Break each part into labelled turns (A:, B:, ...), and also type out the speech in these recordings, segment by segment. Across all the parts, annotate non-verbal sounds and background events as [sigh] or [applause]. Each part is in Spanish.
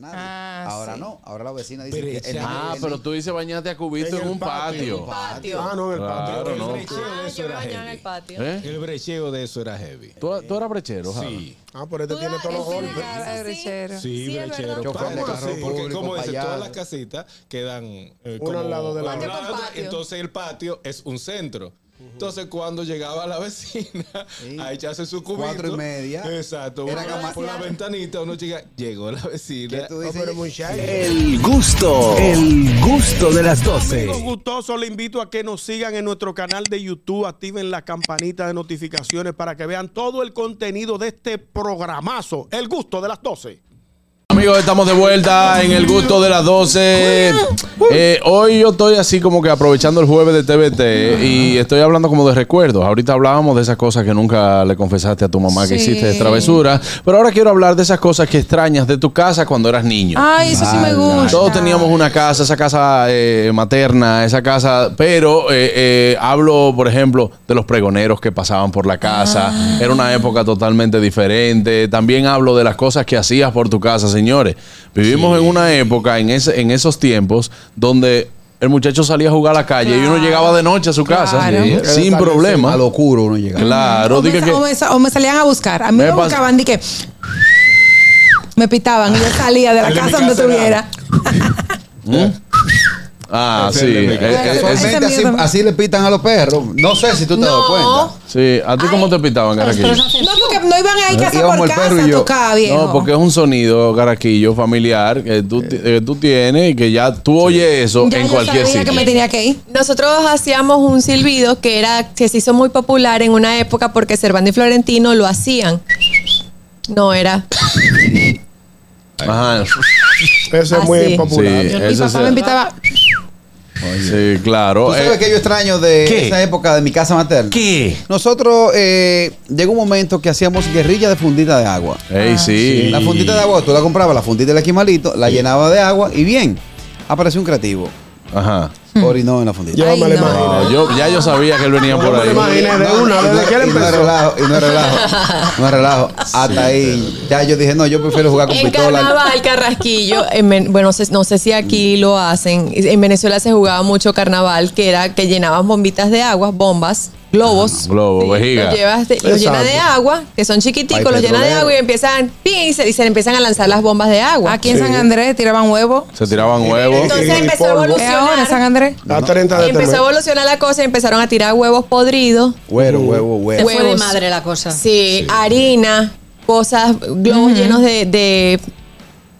A: nadie.
B: Ah,
A: ahora
B: sí.
A: no, ahora la vecina dice que
C: Brechado.
A: nadie-
D: Ah, pero tú dices bañarte a cubito
C: En
D: en
C: el
D: un
C: patio.
D: patio.
B: Patio.
C: Ah, no, en el patio.
D: Claro,
C: el
D: no.
C: brecheo
B: Ah,
C: de
B: yo
C: eso
B: me
C: era
B: bañaba en el
C: heavy.
B: patio.
D: ¿Eh?
C: El brecheo de eso era heavy.
D: ¿Tú, tú eras brechero, Jara?
C: Sí. Ah, pero este tiene todos los
B: Él tiene
C: golpes.
B: cara-
E: Ay,
B: sí.
E: brechero.
C: Sí,
B: Sí, es
C: brechero.
B: verdad.
C: ¿Cómo
A: Chofer de
C: así?
A: carro
C: Porque
A: público,
C: como dice, todas
A: payaso.
C: las casitas quedan eh, Una como al lado de la
B: Patio
C: otra.
B: con patio.
C: Entonces el patio es un centro. Entonces cuando llegaba la [laughs] vecina
A: Sí.
C: a echarse su cubito.
A: Cuatro y media.
C: Exacto.
A: Era
C: uno
A: cama-
C: por la ventanita uno llega, llegó la
A: ¿Qué
C: vecina.
A: tú dices?
F: El gusto, el gusto de las 12.
G: Amigos gustosos, le invito a que nos sigan en nuestro canal de YouTube, activen la campanita de notificaciones para que vean todo el contenido de este programazo, El Gusto de las 12.
D: Amigos, estamos de vuelta en el gusto de las 12. Eh, hoy yo estoy así como que aprovechando el jueves de TVT eh, y estoy hablando como de recuerdos. Ahorita hablábamos de esas cosas que nunca le confesaste a tu mamá que
E: Sí.
D: hiciste de travesura, pero ahora quiero hablar de esas cosas que extrañas de tu casa cuando eras niño.
E: Ay, eso sí me gusta.
D: Todos teníamos una casa, esa casa eh, materna, esa casa, pero eh, eh, hablo, por ejemplo, de los pregoneros que pasaban por la casa. Era una época totalmente diferente. También hablo de las cosas que hacías por tu casa, señores. Vivimos en una época, en, ese- en esos tiempos, donde el muchacho salía a jugar a la calle y uno
E: Claro.
D: llegaba de noche a su casa
E: Claro.
D: sí, sin problema.
A: A lo oscuro uno llega.
D: Claro,
E: O me,
D: dije
E: sa-
D: que
E: o me sa- o me salían a buscar. A mí
D: Me
E: me,
D: pas-
E: buscaban de que me pitaban y yo salía de la
C: El de mi
E: casa donde
C: casa
E: estuviera.
D: Ah,
C: Ese
D: sí.
C: es el de mi
D: Eh, eh,
E: Ese
A: Casualmente así,
E: miedo.
A: así le pitan a los perros. No sé si tú te has dado cuenta.
D: sí, ¿a ti cómo te pitaban, Caraquillo?
E: No, porque no iban a ir casa
A: Íbamos
E: por
A: el perro
E: casa
A: y
E: a
A: yo.
E: tocar, viejo.
D: No, porque es un sonido, caraquillo, familiar, que tú, ti- que tú tienes y que ya tú oyes eso
E: ya
D: en
E: yo
D: cualquier
E: sabía
D: sitio.
E: que me tenía que ir.
B: Nosotros hacíamos un silbido que era que se hizo muy popular en una época porque Servando y Florentino lo hacían. No era.
D: Ajá.
C: Eso es
E: Ah,
C: muy
E: sí.
C: popular.
D: Sí.
E: Mi
D: Eso
E: papá
D: se-
E: me invitaba.
D: Sí, claro.
A: ¿Tú sabes
D: Eh,
A: que yo extraño de
F: ¿Qué?
A: esa época de mi casa materna?
F: ¿Qué?
A: Nosotros eh, llegó un momento que hacíamos guerrilla de fundita de agua.
E: Ah,
D: ey, sí.
A: La fundita de agua, tú la comprabas, la fundita del esquimalito, la llenaba de agua y bien, apareció un creativo.
D: Ajá.
A: Orinó en la fundita.
C: Yo no
E: Ay,
C: me lo
E: no.
C: imagino.
D: No, yo, ya yo sabía que él venía
C: me
D: por
C: lo
D: ahí.
C: imaginé. de una,
A: y
C: desde
A: no- y
C: que él
A: No
C: empezó.
A: es relajo, y no es
B: [laughs]
A: relajo, no es relajo. Hasta ahí, ya yo dije, no, yo prefiero jugar con
B: En
A: pistola.
B: carnaval, carrasquillo, en Ven- bueno, no sé, no sé si aquí lo hacen. En Venezuela se jugaba mucho carnaval, que era que llenaban bombitas de agua, bombas, globos.
D: Ajá, globo, vejiga.
B: Los, llevas de- los llenas de agua, que son
A: País
B: chiquiticos, los llenas de
A: petrolero.
B: agua y empiezan, ¡pin! y se, y se empiezan a lanzar las bombas de agua.
E: Aquí en San Andrés tiraban huevos.
D: Se tiraban huevos.
B: Entonces
C: Y- y
B: empezó a
C: polvo.
E: ¿Es ahora en San
B: evolucionar.
E: Andrés?
C: A 30 de
B: Empezó a
C: temer.
B: evolucionar la cosa y empezaron a tirar huevos podridos.
A: Güero, huevo,
B: Se
A: huevo.
B: fue de Huevos. madre
H: madre la cosa.
B: Sí, harina, cosas, globos llenos de, de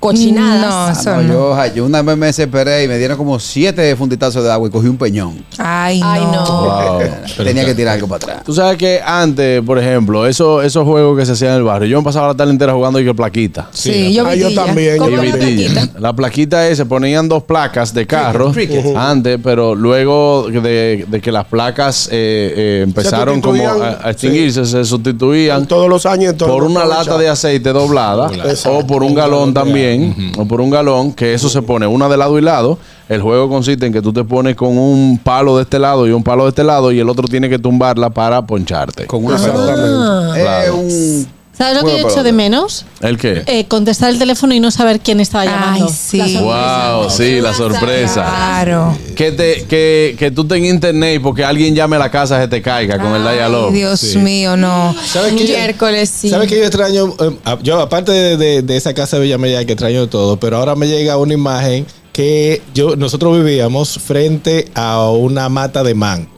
B: cochinadas.
E: No, eso
A: Ah, no,
E: no.
A: yo, ay, yo una vez me desesperé y me dieron como siete funditazos de agua y cogí un peñón.
E: Ay, no.
B: Ay, no.
D: Wow.
A: [laughs] Tenía que tirar algo para atrás.
D: Tú sabes que antes, por ejemplo, eso, esos juegos que se hacían en el barrio, yo me pasaba la tarde entera jugando y que plaquita.
E: Sí,
C: Sí,
E: yo
C: ah, yo
E: vitilla.
C: también,
E: ¿Cómo
D: Y
C: yo
E: era la
D: vitilla.
E: plaquita?
D: La plaquita es, se ponían dos placas de carro antes, pero luego de, de que las placas eh, eh, empezaron como a,
C: sustituían,
D: a extinguirse, se sustituían
C: Todos los años entonces,
D: por una lata de aceite doblada
C: Exacto.
D: o por un galón también, o por un galón, que eso se pone una de lado y lado. El juego consiste en que tú te pones con un palo de este lado y un palo de este lado y el otro tiene que tumbarla para poncharte.
A: Con una
B: Ah.
C: Exactamente.
A: pelota. Eh,
D: Claro.
A: un
H: ¿Sabes lo
A: Bueno,
H: que yo
A: pero-
H: echo de menos?
D: ¿El qué?
H: Eh, contestar el teléfono y no saber quién estaba
E: Ay,
H: llamando.
E: sí.
H: La sorpresa.
D: Wow, sí, la sorpresa.
E: Claro.
D: Que, te, que, que tú estés en internet y porque alguien llame a la casa se te caiga con el dial-up.
E: Ay, Dios mío, no.
C: ¿Sabes qué?
B: Miércoles, sí.
C: ¿Sabes qué yo extraño? Eh, a- Yo, aparte de, de- de esa casa de Villa Mella que extraño todo, pero ahora me llega una imagen que yo nosotros vivíamos frente a una mata de mango.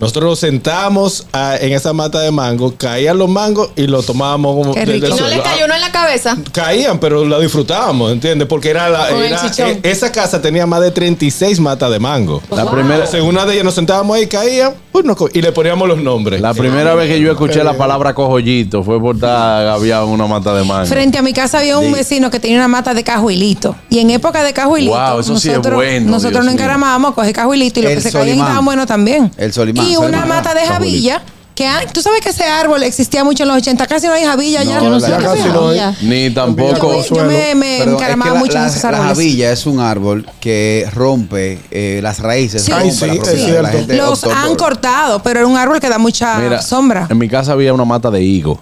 C: Nosotros nos sentamos a- en esa mata de mango, caían los mangos y los tomábamos como
E: Qué
C: del- del
E: rico.
B: ¿No
C: suelo.
B: le cayó
C: Ah,
B: uno en la cabeza?
C: Caían, pero la disfrutábamos, ¿entiendes? Porque era la.
B: Con el
C: era-
B: chichón.
C: e- esa casa tenía más de 36 matas de mango.
D: La primera,
C: Entonces, en una de ellas nos sentábamos ahí, caían pues, nos co- y le poníamos los nombres.
D: la primera vez que yo escuché la palabra cojollito fue por estar gaviado en una mata de mango.
E: Frente a mi casa había un vecino que tenía una mata de cajuilito. Y en época de cajuilito,
D: Wow, eso sí es
E: nosotros,
D: bueno, Dios
E: nosotros nos
D: mío.
E: encaramábamos a coger cajuilito y lo
A: El
E: que se caían
A: solimán.
E: estaban buenos también.
A: El solimán,
E: Y
A: solimán,
E: una mata de
D: cajuelito.
E: javilla, que ah, tú sabes que ese árbol existía mucho en los 80, casi no hay javilla ya.
A: No,
H: Yo no
A: la-
H: sé
A: ya
H: qué
C: casi
H: se
C: no hay.
H: veía.
D: Ni
E: Yo
D: tampoco.
E: me, yo me- me
A: Perdón,
E: encaramaba
A: es que
E: mucho
A: la,
E: en esos
A: la- la
E: árboles.
A: jabilla es un árbol que rompe eh, las raíces.
E: Sí.
A: rompe
C: Ay, sí,
A: la
C: es
A: propiedad.
C: cierto.
A: La gente
E: Los
A: optó
E: han
A: por-
E: cortado, pero era un árbol que da mucha
D: Mira,
E: sombra.
D: En mi casa había una mata de higo.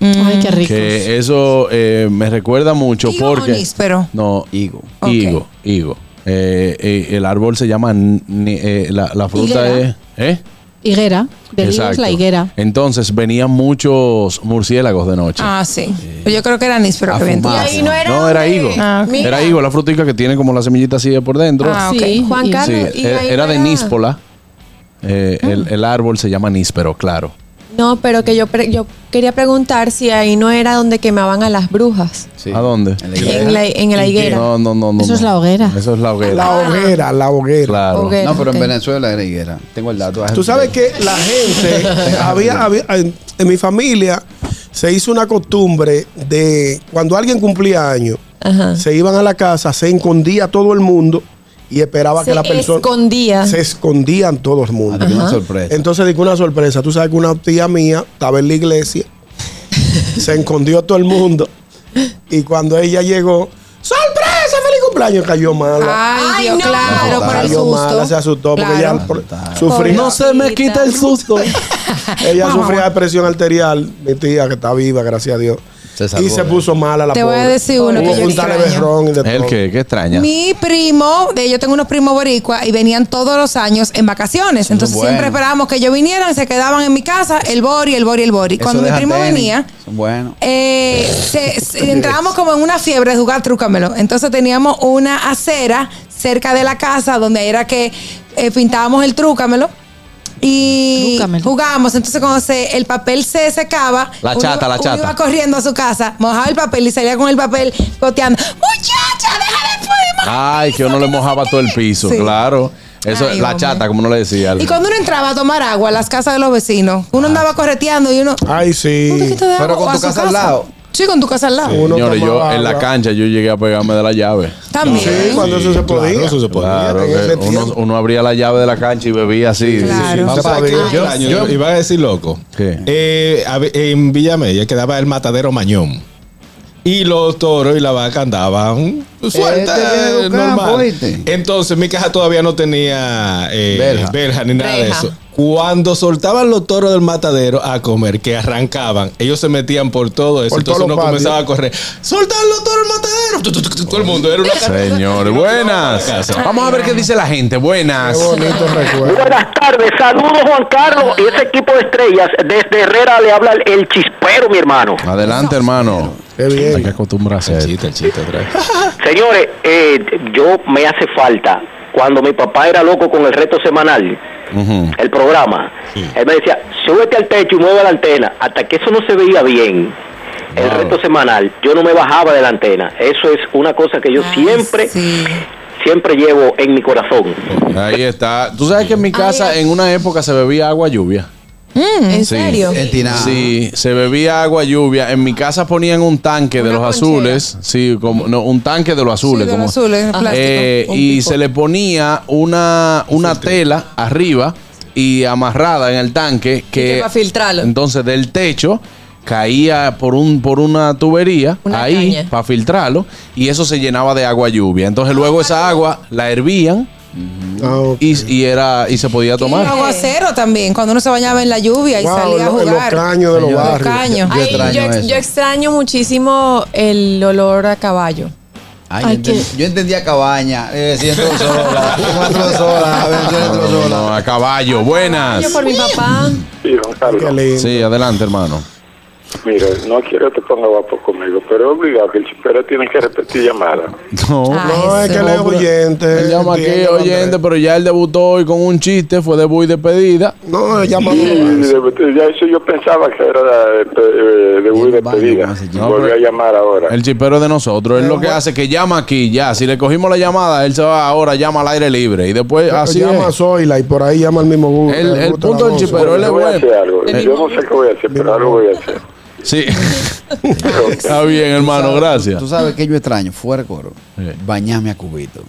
H: Ay, qué ricos.
D: Que eso eh, me recuerda mucho
E: ¿Higo o
D: porque.
E: níspero?
D: No, higo.
E: Ok.
D: Higo, higo. Eh, eh, el árbol se llama. n- ni- eh, la, la fruta
H: Higuera.
D: es. ¿Eh?
H: Higuera. Del higo es la
D: Exacto.
H: higuera.
D: Entonces venían muchos murciélagos de noche.
E: Ah, sí. Yo creo que era níspero
A: A
E: que bien.
A: fumar.
B: Y no era,
D: No, era
B: hombre.
D: higo.
E: Ah, ok.
D: Era higo, la frutica que tiene como la semillita así de por dentro.
E: Ah, ok.
H: Sí.
B: Juan
H: y-
D: Sí,
B: Carlos. y
D: era,
B: ahí
D: era
B: no
D: de níspola. Eh, el, el árbol se llama níspero, claro.
B: No, pero que yo, pre- yo quería preguntar si ahí no era donde quemaban a las brujas.
A: Sí.
D: ¿A dónde?
A: En la
B: En
A: higuera.
B: la, en la higuera.
D: No, no, no, no.
H: Eso es
D: no.
H: la hoguera.
D: Eso es la hoguera.
G: La hoguera, la hoguera.
D: Claro.
B: Hoguera.
A: No, pero en
B: Ok.
A: Venezuela era higuera. Tengo el dato.
G: Tú sabes que la gente había, había- en, en mi familia se hizo una costumbre de cuando alguien cumplía años,
B: Ajá.
G: se iban a la casa, se escondía todo el mundo y esperaba
B: Se
G: que la persona
B: escondía.
G: se escondían todo el mundo.
A: Adivina una sorpresa.
G: Entonces digo una sorpresa, tú sabes que una tía mía estaba en la iglesia, se escondió todo el mundo y cuando ella llegó, sorpresa, feliz cumpleaños, cayó mala.
E: Ay, Dios,
B: no.
E: Ah, claro, por el
G: cayó mala, se
E: susto.
G: asustó porque
E: Claro.
G: ella por- sufría.
B: No se me quita el
G: susto. Ella sufría de presión arterial, mi tía que está viva, gracias a Dios.
A: Se salvó,
G: y se
A: ¿eh?
G: puso mala la
E: Te voy
G: pobre.
E: a decir uno
G: Hubo
E: que yo
G: un
E: extraño.
G: taleberrón y de
D: El
G: todo.
D: que, qué extraña.
E: Mi primo, de yo tengo unos primos boricua y venían todos los años en vacaciones. Entonces
A: bueno.
E: siempre esperábamos que ellos vinieran, se quedaban en mi casa, el bori, el bori, el bori. Cuando mi primo venía,
A: Bueno.
E: eh, se- se- entrábamos como en una fiebre de jugar trúcamelo. Entonces teníamos una acera cerca de la casa donde era que eh, pintábamos el trúcamelo. Y
H: Trúcamelo.
E: jugábamos. Entonces, cuando se- el papel se secaba,
D: La
E: uno-
D: chata, la
E: uno
D: chata.
E: iba corriendo a su casa, mojaba el papel y salía con el papel goteando. ¡Muchacha, deja de mojar
D: Ay,
E: el
D: que uno
E: piso,
D: le
E: no sé
D: mojaba todo el
E: qué".
D: piso,
E: Sí.
D: claro. Eso,
E: Ay,
D: la
E: hombre.
D: chata, como uno le decía.
E: Y cuando uno entraba a tomar agua a las casas de los vecinos, uno andaba correteando y uno.
G: Ay,
E: "Un
G: sí.
E: poquito de
A: Pero
E: agua",
A: con
E: o a
A: tu
E: su
A: casa al lado.
E: Sí, con tu casa al lado.
G: Uno
D: Señores, yo
G: tomaba
D: en la
G: agua.
D: cancha yo llegué a pegarme de la llave.
E: También.
G: Sí, cuando eso se podía.
C: Claro, eso se podía.
D: Claro,
G: en ese
D: que uno,
G: tiempo.
D: uno abría la llave de la cancha y bebía así.
E: Claro.
C: Tú
A: Papá,
C: sabes
A: que-
C: que yo, yo iba a decir loco.
D: ¿Qué?
C: Eh, a ve- en Villa Mella quedaba el matadero Mañón. Y los toros y la vaca andaban suelta,
A: Este viene de
C: normal.
A: campo, ¿oíste?
C: Entonces mi caja todavía no tenía eh,
A: Verja.
C: verja. ni nada de
B: Reja.
C: eso. Cuando soltaban los toros del matadero a comer, que arrancaban, ellos se metían por todo eso.
G: Por todos
C: entonces uno
G: los patios.
C: comenzaba a correr. ¡Soltan los toros del matadero! Tu, tu, tu, tu, Todo el mundo era una
D: Señores, buenas. Vamos a ver qué dice la gente. Buenas.
G: Qué bonito recuerdo.
I: Buenas tardes, saludos Juan Carlos y ese equipo de estrellas. Desde Herrera le habla el- el chispero, mi hermano.
D: Adelante, hermano.
G: Qué bien.
D: Hay que acostumbrarse a
C: El
D: esto.
C: chiste, el chiste otra vez.
I: Señores, eh, yo me hace falta. Cuando mi papá era loco con el reto semanal,
D: Eh, Ujú.
I: el programa, él me decía, súbete al techo y mueve la antena. Hasta que eso no se veía bien, el
D: Wow.
I: reto semanal, yo no me bajaba de la antena. Eso es una cosa que yo
H: Ah,
E: Ay,
I: siempre,
E: sí.
I: siempre llevo en mi corazón.
D: Ahí está. Tú sabes que en mi casa en una época se bebía agua lluvia. Sí.
B: ¿En serio?
A: En Tinao.
D: Sí, se bebía agua lluvia. En mi casa ponían un tanque de
B: Una
D: los
B: conchera.
D: azules. Sí, como, no, un tanque de los azules.
E: Sí, de los
D: como-
E: azules, de plástico,
D: Eh,
E: un
D: y
E: pico.
D: se le ponía una, una tela arriba y amarrada en el tanque que,
B: que para filtrarlo.
D: Entonces del techo caía por un por una tubería
B: Una
D: ahí
B: caña.
D: para filtrarlo y eso se llenaba de agua lluvia. Entonces luego esa agua la hervían
G: Ah, ok.
D: y, y era y se podía
E: Y un
D: tomar.
E: aguacero también, cuando uno se bañaba en la lluvia y
G: Wow,
E: salía a
G: lo- los
E: jugar.
G: caños de los
E: Los
G: barrios.
E: caños.
A: Yo
B: Ay,
A: extraño
B: yo, ex-
A: eso.
B: yo extraño muchísimo el olor a caballo.
A: Ay,
H: Ay,
A: yo, entendí,
H: qué-
A: yo entendía cabaña. Eh, siento
E: [laughs]
A: sola. Cuatro sola.
D: No,
A: Veinticuatro
D: [laughs] no,
A: sola.
D: no, a caballo,
B: Yo
D: buenas.
B: por mi papá.
J: Sí, Juan
G: Qué
J: Carlos.
G: lindo.
D: Sí, adelante, hermano.
J: Mira, no quiero que te ponga guapo conmigo, pero es obligado que el chipero tiene que repetir llamada.
D: No.
E: Ah,
G: No, es
E: eso.
G: que él es oyente.
D: Él llama aquí
G: entiende,
D: oyente,
G: Andrés.
D: pero ya él debutó hoy con un chiste, fue debut y despedida.
G: No, él llama
J: Y de- ya eso yo pensaba que era de, eh, de, de muy
A: Bien, vaya,
J: despedida.
A: ¿cómo se
D: llama?
J: Volví a llamar ahora.
D: El chipero de nosotros. Él lo que hace es que llama aquí, ya. Si le cogimos la llamada, él se va ahora, llama al aire libre. Y después, así
G: llama a
D: es.
G: Zoila y por ahí llama al mismo Google.
D: El- el punto del chipero, él
J: Yo
D: es
J: voy a hacer
D: bueno.
J: algo. Yo no sé qué voy a hacer, pero algo voy a hacer. [laughs]
D: Sí. Está bien,
A: Tú
D: hermano,
A: sabes-
D: Ah, gracias.
A: Tú sabes que yo extraño, fuera de coro, bañarme a cubito.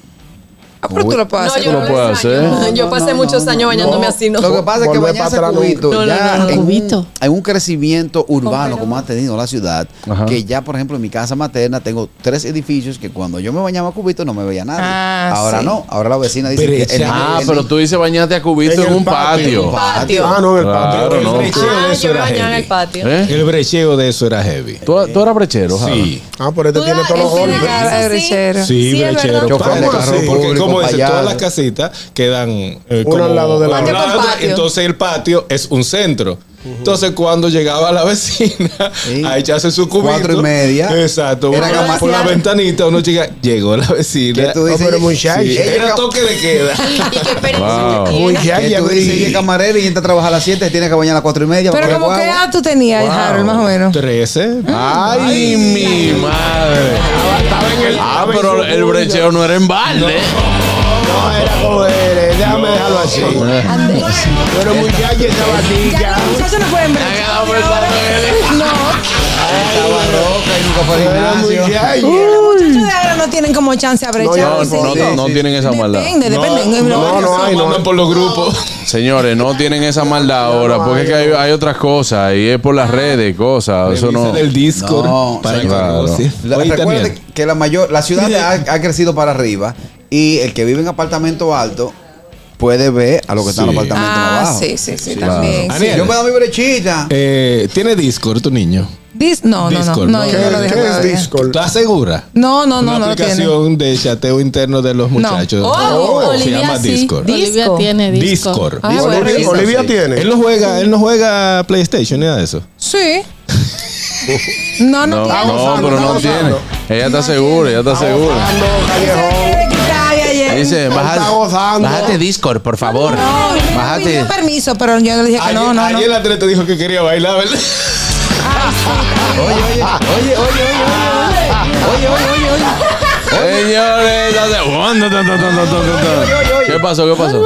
E: Ah, pero tú lo puedes
B: No,
E: hacer.
B: yo no lo
D: puedes
B: extraño.
D: hacer.
B: Ah, Yo pasé muchos años bañándome así, ¿no?
A: Lo que pasa es que
G: Volver
A: bañarse
G: para
A: a
G: atrás
A: cubito,
B: nunca. No,
A: ya
B: no, no, no.
A: en, un-
H: Cubito.
A: en un crecimiento urbano como ha tenido la ciudad,
D: Ajá.
A: que ya, por ejemplo, en mi casa materna tengo tres edificios que cuando yo me bañaba a cubito no me veía nadie.
E: Ah,
A: ahora
E: sí.
A: no, ahora la vecina dice
C: Pero
A: que
C: esa-
D: Ah, pero tú dices bañate a cubito
G: En
D: en
G: el
D: un patio.
G: patio.
B: Patio.
G: Ah, no, en el patio.
D: Claro,
G: El
D: no.
G: brecheo de
B: Ah,
G: eso
B: yo me
G: era
B: bañaba en
G: heavy.
B: el patio.
D: ¿Eh?
C: El brecheo de eso era heavy.
D: ¿Tú, tú eras brechero, Jara?
C: Sí.
G: Ah, pero este
B: Tú
G: tiene
B: da-
G: todos los
B: él tiene
G: hombres.
B: cara-
E: Ah,
B: Sí,
E: brechero.
C: Sí,
B: Sí, es
C: brechero.
B: verdad.
A: Chofer de
C: ¿Cómo
A: carro
C: así? Porque
A: público,
C: como dice,
A: payaso.
C: todas las casitas quedan eh,
G: Una al
C: como
G: lado de la
C: al
G: otra.
C: lado de-
B: Patio con
C: Entonces el patio es un centro. Entonces cuando llegaba la [laughs] vecina
A: Sí.
C: a echarse su cubito.
A: Cuatro y media.
C: Exacto.
A: Era
C: uno
A: cama-
C: por la ventanita uno llega, llegó la
A: que
C: vecina.
A: tú dices,
G: pero
A: "Ye-
G: muchacho,
A: sí,
C: Sí,
A: ella
C: Era
A: cam-
C: toque de queda.
B: [laughs] Y qué
D: Wow.
B: pereza que tiene.
G: Uy, [laughs] ya,
A: que
G: ya,
A: tú dices,
G: güey.
A: "Ella es camarera y entra a trabajar a las 7, tiene que bañar a las 4 y media.
E: Pero
A: porque
E: como
A: guagua".
E: que edad tú tenías, Harold, más o menos.
C: 13.
D: Ay, mi madre. Ah, pero el brecheo no era en balde.
G: No, era como
C: eh,
G: eres. Déjame dejarlo así. Pero muchacho, esa
E: Ya
G: batilla.
E: los muchachos no pueden ver.
A: Estaba roca y nunca fue
G: Pero
A: al gimnasio.
C: Uh,
G: muchacho.
E: Los muchachos de ahora no tienen como chance a brechar.
D: No,
E: sí.
D: no, no, no tienen esa maldad.
E: Depende, depende.
G: no, no hay, no
C: Mandan
G: hay.
C: por los grupos.
D: Señores, no tienen esa maldad ahora, porque es que hay, hay otras cosas y es por las redes,
C: Ah,
D: cosas. Eso no.
C: del Discord.
A: No,
C: para que
D: claro.
C: negocie.
A: La-
C: Oye,
A: recuerde
C: también.
A: que la mayor, la ciudad ha, ha crecido para arriba y el que vive en apartamento alto puede ver a lo que está en
C: Sí.
A: los apartamentos más
E: Ah,
A: abajo.
E: sí, sí, sí, también.
C: claro.
E: sí.
C: Aniel.
A: Yo me da mi brechita.
C: Eh, ¿Tiene Discord tu niño?
E: Dis- No, no, no.
C: Discord,
E: No,
C: ¿no?
E: yo no lo
G: ¿Qué,
E: dejé
G: qué es
E: todavía.
G: Discord?
C: ¿Estás segura?
E: No, no, no,
C: Una
E: no lo tiene.
C: aplicación de chateo interno de los muchachos.
B: Oh,
C: se
B: Olivia
C: llama
B: sí.
C: Discord.
B: Di-
H: Olivia
B: Disco.
H: tiene disco.
C: Discord.
B: Ah,
G: Olivia-
B: bueno.
G: Olivia tiene.
C: Él no juega, él no juega PlayStation ni nada de eso.
E: Sí. No, Ah, no,
D: No,
E: tiene.
D: no, pero no tiene. Ella está segura, ella está segura.
G: Ando,
E: Se
G: callejón.
E: debe quitar de ayer.
D: Dice,
G: Está
D: baja,
G: gozando.
D: bájate Discord, por favor.
E: No, yo me
D: Bájate.
E: pidió permiso, pero yo le dije que
C: Ayer,
E: no, no, no.
C: ayer el atleta dijo que quería bailar, ¿verdad?
A: Oye, oye, oye, oye, oye, oye, oye, oye.
D: Señores, hace- Onda, ton, ton, ton, ton, ton, ton. ¿qué pasó? ¿Qué pasó?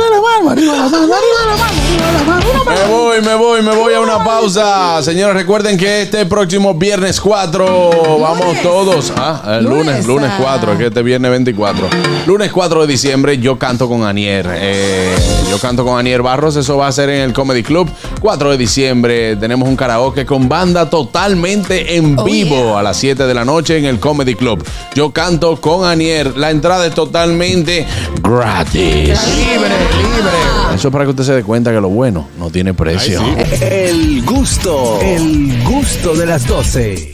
D: Me voy, me voy, me voy a una pausa. Señores, recuerden que este próximo viernes 4, vamos todos. Ah, eh, lunes,
E: Lunes,
D: lunes
E: ah.
D: 4, que este viernes 24. Lunes 4 de diciembre, yo canto con Anier. Eh, yo canto con Anier Barros, eso va a ser en el Comedy Club. 4 de diciembre, tenemos un karaoke con banda totalmente en
E: Oh,
D: vivo
E: yeah.
D: a las 7 de la noche en el Comedy Club. Yo canto con Anier. La entrada es totalmente gratis.
A: Libre, libre.
D: Eso es para que usted se dé cuenta que lo bueno no tiene precio.
F: El gusto, el gusto de las 12.